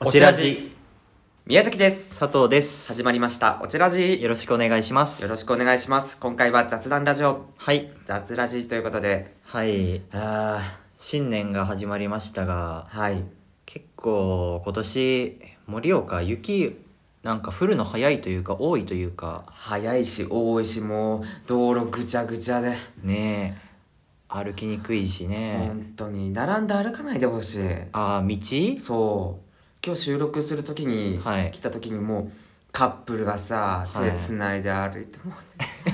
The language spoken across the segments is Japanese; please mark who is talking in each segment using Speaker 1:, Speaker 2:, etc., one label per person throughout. Speaker 1: おちらじ
Speaker 2: 宮崎です
Speaker 1: 佐藤です
Speaker 2: 始まりましたおちらじ
Speaker 1: よろしくお願いします
Speaker 2: よろしくお願いします今回は雑談ラジオ
Speaker 1: はい
Speaker 2: 雑ラジということで
Speaker 1: はいあー新年が始まりましたが
Speaker 2: はい
Speaker 1: 結構今年盛岡雪なんか降るの早いというか多いというか
Speaker 2: 早いし多いしもう道路ぐちゃぐちゃで
Speaker 1: ねえ歩きにくいしね、
Speaker 2: 本当に並んで歩かないでほしい
Speaker 1: ああ道
Speaker 2: そう今日収録する時に、
Speaker 1: はい
Speaker 2: 来た時にもうカップルがさ
Speaker 1: はい
Speaker 2: 手つないで歩いて、もうね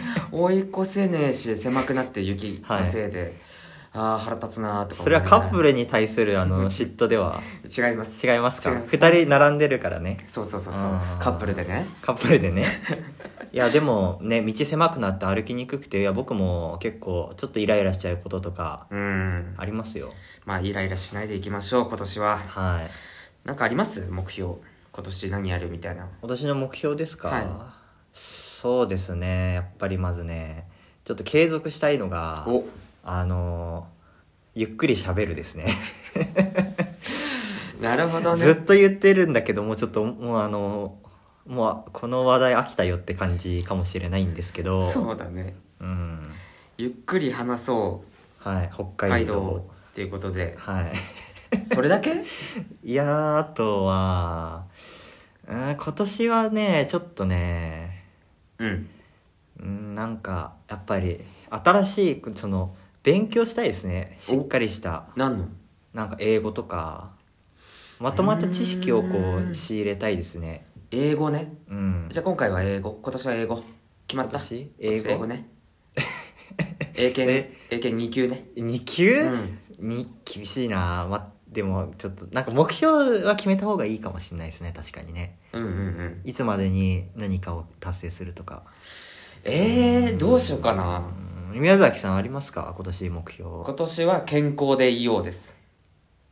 Speaker 2: 追い越せねえし狭くなって雪のせいで、ああ腹立つなーとか
Speaker 1: それはカップ
Speaker 2: ル
Speaker 1: ルに対するあの嫉妬では
Speaker 2: 違います
Speaker 1: 違います
Speaker 2: 違
Speaker 1: か
Speaker 2: います
Speaker 1: 二人並んでるからね
Speaker 2: そうそうそうそう
Speaker 1: あー
Speaker 2: カップルでね
Speaker 1: カップルでね いやでもね道狭くなって歩きにくくていや僕も結構ちょっとイライラしちゃうこととか
Speaker 2: うん
Speaker 1: ありますよ
Speaker 2: まあイライラしないでいきましょう今年は
Speaker 1: はい
Speaker 2: なんかあります目標今年何やるみたいな
Speaker 1: 私の目標ですか、
Speaker 2: は
Speaker 1: そうですねやっぱりまずねちょっと継続したいのが
Speaker 2: お
Speaker 1: あのゆっくり喋るですね
Speaker 2: なるほ ど
Speaker 1: ずっ
Speaker 2: ね
Speaker 1: と言ってるんだけどもうちょっともうあのもうこの話題飽きたよって感じかもしれないんですけど
Speaker 2: そうだね
Speaker 1: うん
Speaker 2: ゆっくり話そう
Speaker 1: はい北
Speaker 2: 北
Speaker 1: 海
Speaker 2: 海
Speaker 1: 道
Speaker 2: 道っていうことで
Speaker 1: はい
Speaker 2: それ だけ
Speaker 1: いやーあとはうん今年はねちょっとね
Speaker 2: うん
Speaker 1: うんなんかやっぱり新しいその勉強したいですねしっかりした
Speaker 2: 何の
Speaker 1: なんか英語とかまとまった知識をこ
Speaker 2: う
Speaker 1: うん仕入れたいですね
Speaker 2: 英語ね
Speaker 1: うん
Speaker 2: じゃあ今回は英語今年は英語決まった
Speaker 1: 今年
Speaker 2: 今年
Speaker 1: 英語
Speaker 2: ね英検
Speaker 1: え
Speaker 2: 英検2級ね
Speaker 1: 2
Speaker 2: う
Speaker 1: 級、
Speaker 2: ん
Speaker 1: に厳しいなまでもちょっとなんか目標は決めた方がいいかもしれないですね確かにね
Speaker 2: うんうんうん
Speaker 1: いつまでに何かを達成するとか
Speaker 2: えー、どうしようかな
Speaker 1: うん宮崎さんありますか今年目標
Speaker 2: 今年は健康でいようです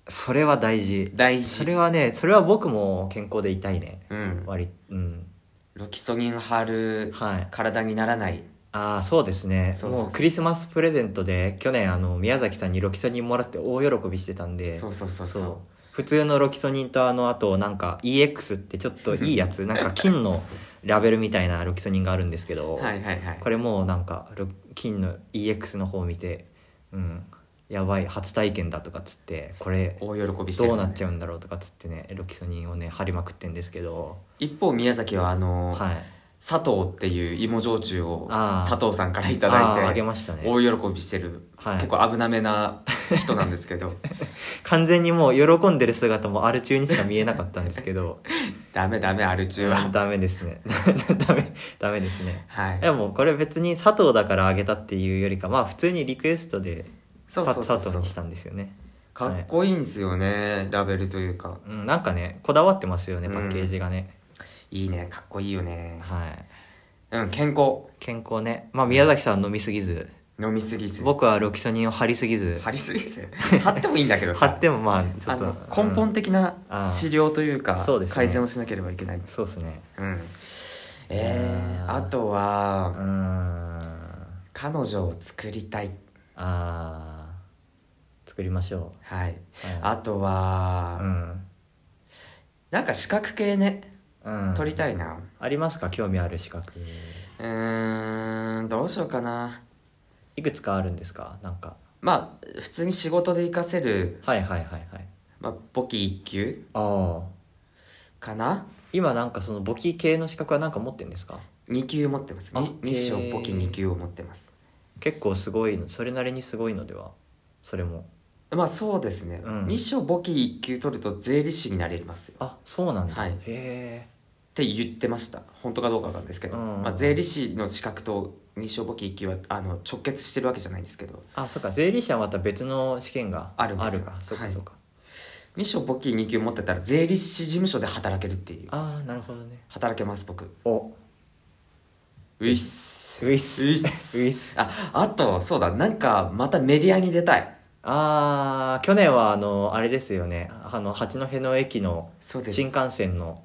Speaker 1: それは大事
Speaker 2: 大
Speaker 1: そ
Speaker 2: 事
Speaker 1: れはねそれは僕も健康でいたいね
Speaker 2: うん
Speaker 1: 割うん
Speaker 2: ロキソニン貼る
Speaker 1: はい
Speaker 2: 体にならない
Speaker 1: ああそうですね
Speaker 2: そうそうそう
Speaker 1: もうクリスマスプレゼントで去年あの宮崎さんにロキソニンもらって大喜びしてたんで
Speaker 2: そうそうそうそう
Speaker 1: そう普通のロキソニンとあのあとなんか EX ってちょっといいやつなんか金のラベルみたいなロキソニンがあるんですけど、
Speaker 2: はいはいはい
Speaker 1: これもうなんかロ金の EX の方を見てうんやばい初体験だとかっつってこれ
Speaker 2: 大喜びして
Speaker 1: どう
Speaker 2: る、
Speaker 1: なっちゃうんだろうとかっつってねロキソニンをね貼りまくってんですけど
Speaker 2: 一方宮崎はあの、
Speaker 1: はい
Speaker 2: 佐藤っていう芋焼酎を
Speaker 1: あー
Speaker 2: 佐藤さんからいた
Speaker 1: あー
Speaker 2: だ
Speaker 1: あ
Speaker 2: い
Speaker 1: げ
Speaker 2: て
Speaker 1: ましたね
Speaker 2: 大喜びしてる、
Speaker 1: はい
Speaker 2: 結構危なめな人なんです けど
Speaker 1: 完全にもう喜んでる姿もアル中にしか見えなかったんですけ ど
Speaker 2: ダメダメアル中は
Speaker 1: ダメですね ダメダメですね
Speaker 2: はい
Speaker 1: でもこれ別に佐藤だからあげたっていうよりかまあ普通にリクエストで
Speaker 2: そう
Speaker 1: さ
Speaker 2: そうそ
Speaker 1: 佐藤
Speaker 2: うそう
Speaker 1: にしたんですよね、
Speaker 2: かっこいいんすよねラベルというか
Speaker 1: うん、なんかねこだわってますよねパッケージがね、
Speaker 2: いいねかっこいいよね
Speaker 1: はい
Speaker 2: うん健康
Speaker 1: 健康ねまあ宮崎さん飲みすぎず
Speaker 2: 飲みすぎず
Speaker 1: 僕はロキソニンを張りすぎず
Speaker 2: 貼りすぎず貼ってもいいんだけど
Speaker 1: 張
Speaker 2: さ
Speaker 1: ってもまあちょ
Speaker 2: あ
Speaker 1: っと
Speaker 2: の根
Speaker 1: う
Speaker 2: 本
Speaker 1: ん
Speaker 2: 的な
Speaker 1: あー
Speaker 2: 治療というか、
Speaker 1: そうですね
Speaker 2: 改善をしなければいけない
Speaker 1: そうですね
Speaker 2: うんえ
Speaker 1: いや
Speaker 2: ー、
Speaker 1: ー
Speaker 2: あと
Speaker 1: うー
Speaker 2: は
Speaker 1: ん
Speaker 2: 彼女を作りたい
Speaker 1: あー作りましょ
Speaker 2: はい、
Speaker 1: はい
Speaker 2: あと
Speaker 1: う
Speaker 2: は、
Speaker 1: うん
Speaker 2: なんか資格系ね
Speaker 1: うん
Speaker 2: 取りたいな
Speaker 1: ありますか興味ある資格
Speaker 2: うーんどうしようかない
Speaker 1: くつかあるんですかなんか
Speaker 2: まあ普通に仕事で活かせる、
Speaker 1: はいはいはいはい
Speaker 2: まあ、簿記一級
Speaker 1: ああ
Speaker 2: かな
Speaker 1: 今なんかその簿記系の資格はなんか持ってんですか
Speaker 2: 2級持ってます
Speaker 1: あ
Speaker 2: に日
Speaker 1: へ
Speaker 2: 照
Speaker 1: ー
Speaker 2: 簿記2級を持ってます
Speaker 1: 結構すごいのそれなりにすごいのではそれも
Speaker 2: まあそうですね、
Speaker 1: うん
Speaker 2: 日照簿記1級取ると税理士になれますよ
Speaker 1: あそうなんだ、
Speaker 2: はい
Speaker 1: へえ
Speaker 2: って言ってました本当かどうかわかんないですけど、
Speaker 1: うん
Speaker 2: まあ、税理士の資格と日照簿記1級はあの直結してるわけじゃないんですけど
Speaker 1: あそっか税理士はまた別の試験が
Speaker 2: あるんですよ
Speaker 1: かそっ
Speaker 2: は
Speaker 1: か
Speaker 2: い
Speaker 1: そっか、
Speaker 2: 日照簿記2級持ってたら税理士事務所で働けるっていう
Speaker 1: ああなるほどね
Speaker 2: 働けます僕
Speaker 1: お
Speaker 2: ウィッス
Speaker 1: ウィス
Speaker 2: ウィッス
Speaker 1: ウィッス
Speaker 2: ああとそうだなんかまたメディアに出たい
Speaker 1: ああ去年はあのあれですよねあの八戸の駅の
Speaker 2: そうです
Speaker 1: 新幹線の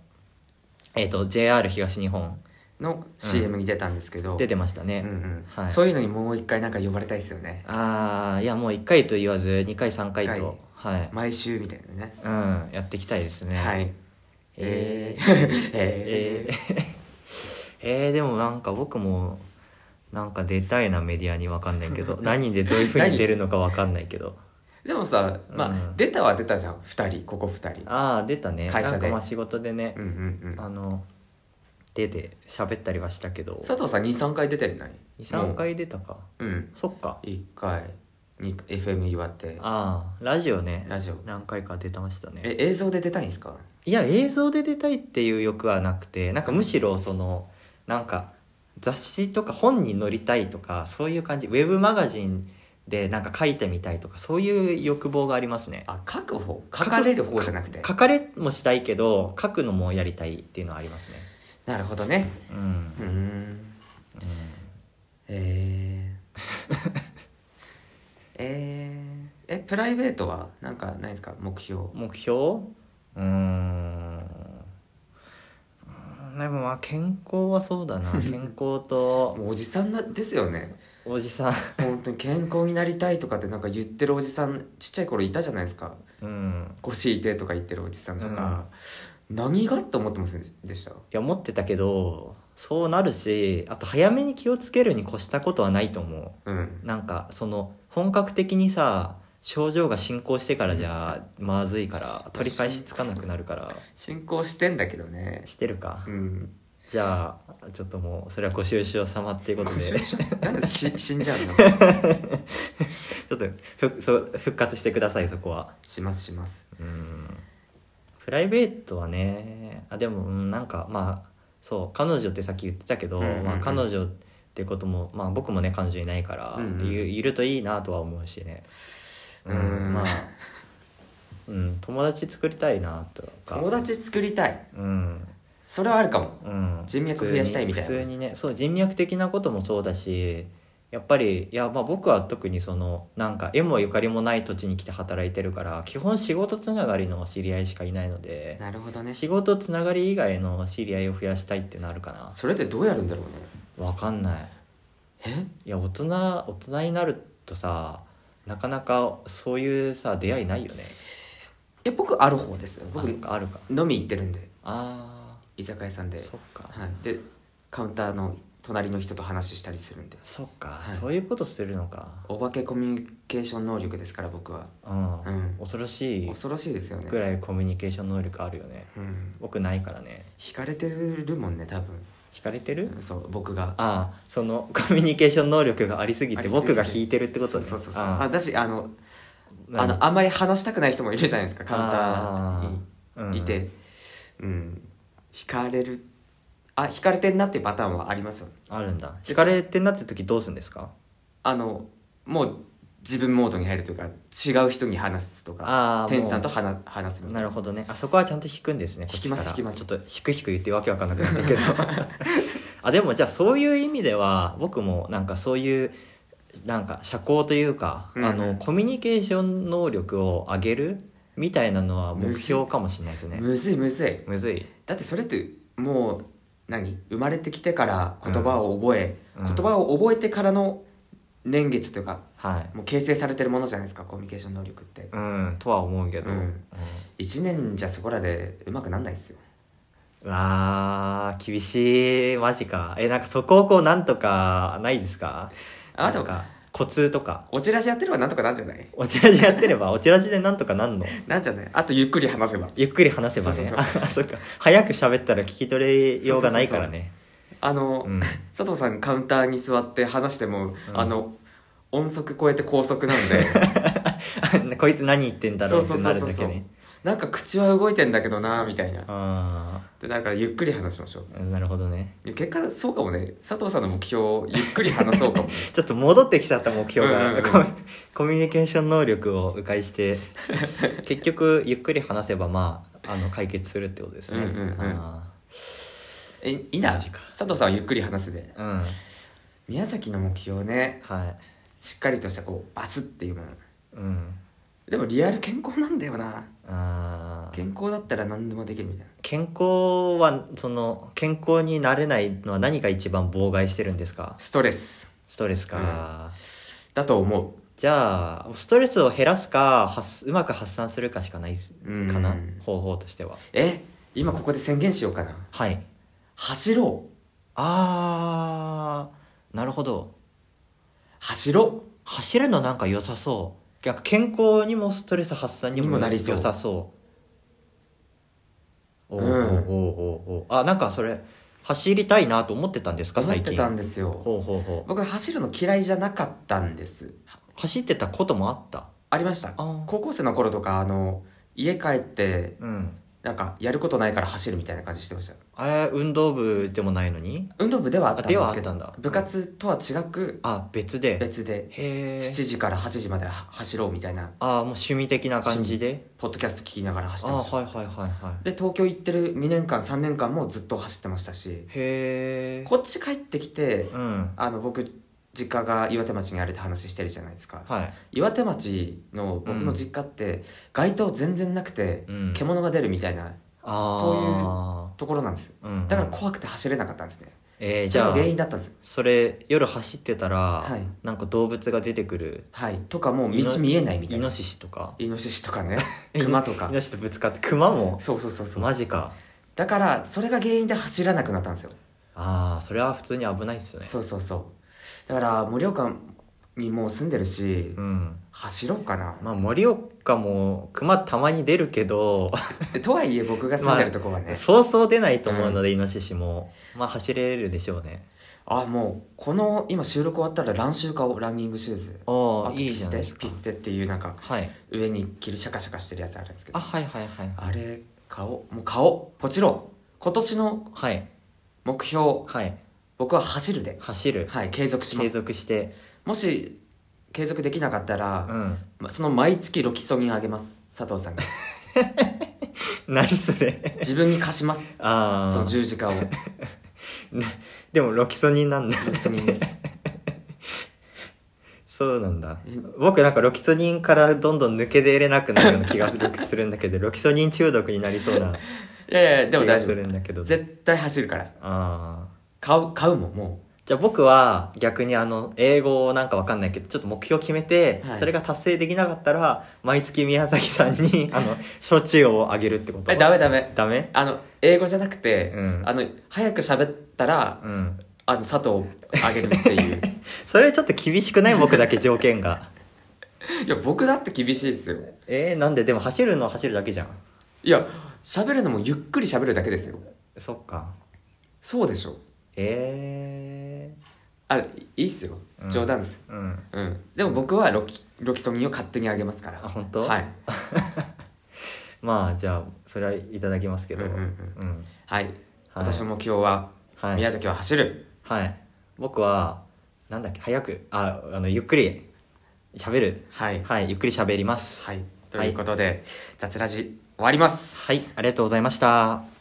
Speaker 1: えっ、と JR 東日本
Speaker 2: の CM に出たんですけど、
Speaker 1: 出てましたね、
Speaker 2: うんうん
Speaker 1: はい
Speaker 2: そういうのにもう一回なんか呼ばれたいですよね
Speaker 1: ああいやもう1回と言わず2回3回とはい、
Speaker 2: 毎週みたいなね
Speaker 1: うんやっていきたいですね
Speaker 2: はい
Speaker 1: え
Speaker 2: えー
Speaker 1: ー、え
Speaker 2: えー、
Speaker 1: ー、えーでもなんか僕もなんか出たいなメディアにわかんないけ ど何でどういうふうに出るのかわかんないけど
Speaker 2: でもさ、まあ
Speaker 1: うん
Speaker 2: 出たは出たじゃん2人ここ2人
Speaker 1: ああ出たね
Speaker 2: 会社で
Speaker 1: なんかまあ仕事でね
Speaker 2: う、んうんうん
Speaker 1: あの出て喋ったりはしたけど
Speaker 2: 佐藤さん23回出てるない
Speaker 1: 23
Speaker 2: も
Speaker 1: 回出たか
Speaker 2: ううん
Speaker 1: そっか
Speaker 2: 1回に FM 岩手
Speaker 1: ああラジオね
Speaker 2: ラジオ
Speaker 1: 何回か出てましたね
Speaker 2: え映像で出たいんですか
Speaker 1: いや映像で出たいっていう欲はなくてなんかむしろそのなんか雑誌とか本に載りたいとかそういう感じウェブマガジンでなんか書いてみたいとかそういう欲望がありますね
Speaker 2: あ書く方書かれる方じゃなくて
Speaker 1: 書かれもしたいけど書くのもやりたいっていうのはありますね
Speaker 2: なるほどね
Speaker 1: うん、うん
Speaker 2: うーんえー、えー、えプライベートはなんかないですか目標
Speaker 1: 目標うーんうんでもまあ健康はそうだな健康と
Speaker 2: もうおじさんなですよね
Speaker 1: おじさん
Speaker 2: 本当に健康になりたいとかってなんか言ってるおじさんちっちゃい頃いたじゃないですか
Speaker 1: うん
Speaker 2: 腰痛いとか言ってるおじさんとか、何がって思ってませんでした
Speaker 1: いや思ってたけどそうなるしあと早めに気をつけるに越したことはないと思
Speaker 2: うん
Speaker 1: うなんかその本格的にさ症状が進行してからじゃまずいから取り返しつかなくなるから
Speaker 2: 進行してんだけどね
Speaker 1: してるか
Speaker 2: うん
Speaker 1: じゃあちょっともうそれはご収集様っていうことで ちょ
Speaker 2: なんでし死んじゃうの
Speaker 1: っとふそう復活してくださいそこは
Speaker 2: しますします
Speaker 1: うんプライベートはねあでもうんなんかまあそう彼女ってさっき言ってたけど、
Speaker 2: うんうんうん
Speaker 1: まあ、彼女ってことも、まあ、僕もね彼女いないから、
Speaker 2: うんうん
Speaker 1: いるいるといいなとは思うしね、
Speaker 2: うん
Speaker 1: まあ、うん、友達作りたいなとか
Speaker 2: 友達作りたい
Speaker 1: うん、
Speaker 2: それはあるかも
Speaker 1: うん、
Speaker 2: 人脈増やしたいみたいな
Speaker 1: 普通にねそう人脈的なこともそうだしやっぱりいやまあ僕は特にそのなんか縁もゆかりもない土地に来て働いてるから基本仕事つながりの知り合いしかいないので
Speaker 2: なるほどね
Speaker 1: 仕事つながり以外の知り合いを増やしたいってなるかな
Speaker 2: それってどうやるんだろうね
Speaker 1: わかんない
Speaker 2: え
Speaker 1: いや大人大人になるとさなかなかそういうさ出会いないよね
Speaker 2: え僕ある方ですよ
Speaker 1: あ
Speaker 2: 僕
Speaker 1: そっかあるか
Speaker 2: 飲み行ってるんで
Speaker 1: あ
Speaker 2: 居酒屋さんで
Speaker 1: ー、そっか
Speaker 2: はい、でカウンターの隣の人と話したりするんで
Speaker 1: そっか、
Speaker 2: い
Speaker 1: そういうことするのか
Speaker 2: お化けコミュニケーション能力ですから僕は
Speaker 1: うん、
Speaker 2: うん
Speaker 1: 恐ろしい
Speaker 2: 恐ろしいですよね
Speaker 1: ぐらいコミュニケーション能力あるよね
Speaker 2: うん
Speaker 1: 僕ないからね
Speaker 2: 惹かれてるもんね多分
Speaker 1: 惹かれてる
Speaker 2: そう僕が
Speaker 1: ああそのコミュニケーション能力がありすぎ
Speaker 2: あ
Speaker 1: て
Speaker 2: りすぎて
Speaker 1: 僕が引いてるってこと
Speaker 2: そう
Speaker 1: ね
Speaker 2: そうそうそう
Speaker 1: あ
Speaker 2: あだしあの
Speaker 1: あ
Speaker 2: あのあんまり話したくない人もいるじゃないですかカウンター
Speaker 1: あー
Speaker 2: にいてうん、惹かれるあ惹かれてんなっていうパターンはありますよね
Speaker 1: あるんだ
Speaker 2: で
Speaker 1: 惹かれてなってる時どうするんですか
Speaker 2: あのもう自分モードに入るというか違う人に話すと
Speaker 1: あ
Speaker 2: か
Speaker 1: ー
Speaker 2: 店主さんと話話すみた
Speaker 1: ない
Speaker 2: な
Speaker 1: るほどねあそこはちゃんと引くんですねこっちから
Speaker 2: 引きます引きます
Speaker 1: ちょっと引く引く言ってわけわかんなくなったけ どあでもじゃあそういう意味では僕もなんかそういうなんか社交というか、
Speaker 2: うん
Speaker 1: あのコミュニケーション能力を上げるみたいなのは目標かもしれないですね
Speaker 2: むずいむずい
Speaker 1: むずい
Speaker 2: だってそれってもう何生まれてきてから言葉を覚え、
Speaker 1: うん
Speaker 2: 言葉を覚えてからの年月というか
Speaker 1: はい
Speaker 2: もう形成されてるものじゃないですかコミュニケーション能力って
Speaker 1: うんとは思うけど、
Speaker 2: う
Speaker 1: うんん
Speaker 2: 1年じゃそこらでうまくなんないですよ
Speaker 1: うわー厳しいマジかえなんかそこをこうなんとかないですか
Speaker 2: あで
Speaker 1: と
Speaker 2: も
Speaker 1: かコツとか
Speaker 2: おちらしやってればなんとかなんじゃない
Speaker 1: おちらじやってればおちらじでなんとかなんの
Speaker 2: なんじゃないあとゆっくり話せば
Speaker 1: ゆっくり話せばね
Speaker 2: そうそう
Speaker 1: ああそっか早く喋ったら聞き取れようがないからね
Speaker 2: あの、
Speaker 1: うん
Speaker 2: 佐藤さんカウンターに座って話しても、あの音速超えて高速なんで
Speaker 1: こいつ何言ってんだ ろうってなるだけね
Speaker 2: なんか口は動いてんだけどなみたいなっ
Speaker 1: あ
Speaker 2: てなるからゆっくり話しましょう
Speaker 1: あなるほどね
Speaker 2: いや結果そうかもね佐藤さんの目標をゆっくり話そう かも
Speaker 1: ちょっと戻ってきちゃった目標が、
Speaker 2: うんうんうん
Speaker 1: コミコミュニケーション能力を迂回して 結局ゆっくり話せばまああの解決するってことですね
Speaker 2: うんうんうん
Speaker 1: あ
Speaker 2: えいいな
Speaker 1: マジか
Speaker 2: 佐藤さんはゆっくり話すで
Speaker 1: ーうん
Speaker 2: 宮崎の目標ね
Speaker 1: はい
Speaker 2: しっかりとしたこうバスっていうもの
Speaker 1: うん
Speaker 2: でもリアル健康なんだよな
Speaker 1: あー
Speaker 2: 健康だったら何でもできるみたいな
Speaker 1: 健康はその健康になれないのは何が一番妨害してるんですか
Speaker 2: ストレス
Speaker 1: ストレスか、
Speaker 2: だと思
Speaker 1: じゃあストレスを減らすか発すうまく発散するかしかないっす
Speaker 2: うん
Speaker 1: かな方法としては
Speaker 2: うえ今ここで宣言しようかな
Speaker 1: はい
Speaker 2: 走ろう
Speaker 1: あーなるほど
Speaker 2: 走ろう
Speaker 1: 走るのなんか良さそうなんか健康にもストレス発散に
Speaker 2: に
Speaker 1: も
Speaker 2: もなりそう
Speaker 1: 良さそうおうおうお
Speaker 2: うん
Speaker 1: うおうおうあなんかそれ走りたいなと思ってたんですか
Speaker 2: 思っ
Speaker 1: 最
Speaker 2: て
Speaker 1: 近
Speaker 2: たんですよ
Speaker 1: ほうほうほう
Speaker 2: 僕走るの嫌いじゃなかったんです
Speaker 1: 走ってたこともあった
Speaker 2: ありました
Speaker 1: あー
Speaker 2: 高校生の頃とかあの家帰って
Speaker 1: うん
Speaker 2: なんかやることないから走るみたいな感じしてました
Speaker 1: あれ運動部でもないのに
Speaker 2: 運動部ではあったんで
Speaker 1: あ
Speaker 2: す
Speaker 1: で
Speaker 2: け
Speaker 1: はあったん
Speaker 2: ど
Speaker 1: だ
Speaker 2: 部活とは違く
Speaker 1: あ別で
Speaker 2: 別で
Speaker 1: へえ
Speaker 2: 7時から8時までは走ろうみたいな
Speaker 1: あーもう趣味的な感じで
Speaker 2: ポッドキャスト聞きながら走っ
Speaker 1: あ
Speaker 2: てまし
Speaker 1: ー
Speaker 2: た
Speaker 1: はいはいはいは
Speaker 2: で東京行ってる2年間3年間もずっと走ってましたし
Speaker 1: いへえ
Speaker 2: こっち帰ってきて
Speaker 1: うん
Speaker 2: あの僕実家が岩手町にあるって話してるじゃないですか
Speaker 1: はい
Speaker 2: 岩手町の僕の実家って街灯全然なくて
Speaker 1: うん
Speaker 2: 獣が出るみたいな
Speaker 1: あ
Speaker 2: ところなんです
Speaker 1: そういう、うん、
Speaker 2: だから怖くて走れなかったんですね
Speaker 1: えー、
Speaker 2: そ
Speaker 1: じ
Speaker 2: れ
Speaker 1: ゃ
Speaker 2: が
Speaker 1: あ
Speaker 2: 原因だったんです
Speaker 1: それ夜走ってたら、
Speaker 2: はい
Speaker 1: なんか動物が出てくる
Speaker 2: はいとかもう
Speaker 1: イノ
Speaker 2: 道見えないみた
Speaker 1: イ
Speaker 2: いな
Speaker 1: ノシシとか
Speaker 2: イノシシと かね熊とか
Speaker 1: イノシシとぶつかってクマも
Speaker 2: そうそうそうそう
Speaker 1: マジか
Speaker 2: だからそれが原因で走らなくなったんですよ
Speaker 1: ああそれは普通に危ないっすよね
Speaker 2: そうそうそうだから盛岡にもう住んでるし、
Speaker 1: うん
Speaker 2: 走ろうかな、
Speaker 1: まあ盛岡もクマたまに出るけど、
Speaker 2: とはいえ僕が住んでるとこはね、
Speaker 1: そうそう出ないと思うので、イノシシもまあ走れるでしょうね
Speaker 2: あもうこの今収録終わったらランシューカをランニングシューズ
Speaker 1: おお
Speaker 2: あと
Speaker 1: い
Speaker 2: ピ
Speaker 1: いじゃ
Speaker 2: ス
Speaker 1: ないで
Speaker 2: テ
Speaker 1: すか
Speaker 2: ピステっていうなんか
Speaker 1: はい
Speaker 2: 上に着るシャカシャカしてるやつあるんですけど
Speaker 1: あ
Speaker 2: あ
Speaker 1: はいはいはいはい
Speaker 2: れ顔もう顔ポチロ今年の
Speaker 1: はい
Speaker 2: 目標
Speaker 1: はい
Speaker 2: 僕は走るで
Speaker 1: 走る
Speaker 2: はい継続しま
Speaker 1: 継
Speaker 2: す
Speaker 1: 続して
Speaker 2: もし継続できなかった
Speaker 1: う
Speaker 2: ら、
Speaker 1: ん
Speaker 2: まその毎月ロキソニンあげます佐藤さ んが
Speaker 1: 何それ
Speaker 2: 自分に貸します
Speaker 1: あ
Speaker 2: その
Speaker 1: あ
Speaker 2: 十字架を
Speaker 1: でもロキソニンなんだ
Speaker 2: ロキソニンです
Speaker 1: そうなんだ
Speaker 2: うん
Speaker 1: 僕なんかロキソニンからどんどん抜け出れなくなるような気がするするんだけどロキソニン中毒になりそうない
Speaker 2: やいや
Speaker 1: 気
Speaker 2: でも
Speaker 1: が
Speaker 2: 大
Speaker 1: す
Speaker 2: 丈
Speaker 1: る
Speaker 2: 夫
Speaker 1: んだけど
Speaker 2: 絶対走るから
Speaker 1: ああ
Speaker 2: 買う買うもんも
Speaker 1: じゃあ僕は逆にあの英語なんかわかんないけどちょっと目標決めて、
Speaker 2: はい
Speaker 1: それが達成できなかったら毎月宮崎さんにあの処置をあげるってこ
Speaker 2: う
Speaker 1: と
Speaker 2: えダメダメ
Speaker 1: ダメ
Speaker 2: あの英語じゃなくて、
Speaker 1: うん
Speaker 2: あの早く喋ったら
Speaker 1: うん
Speaker 2: あの佐藤をあげるっていう
Speaker 1: それちょっと厳しくない僕だけ条件が
Speaker 2: いや僕だって厳しいですよ
Speaker 1: えー、なんででも走るのは走るだけじゃん
Speaker 2: いや喋るのもゆっくり喋るだけですよ
Speaker 1: そっか
Speaker 2: そうでしょ
Speaker 1: え
Speaker 2: あいいっすよ
Speaker 1: うん
Speaker 2: 冗談です、
Speaker 1: ー、うん
Speaker 2: うんでも僕はロキロキソニンを勝手にあげますから
Speaker 1: あ本当
Speaker 2: はい、
Speaker 1: まあじゃあそれはいただきますけど
Speaker 2: うんうん
Speaker 1: うん
Speaker 2: はい、私の目標は、
Speaker 1: はい
Speaker 2: 宮崎は走る
Speaker 1: はい僕はなんだっけ早くああのゆっくり喋る
Speaker 2: はいはい、
Speaker 1: はいゆっくり喋ります
Speaker 2: ということで、雑ラジ終わります
Speaker 1: はい、ありがとうございました。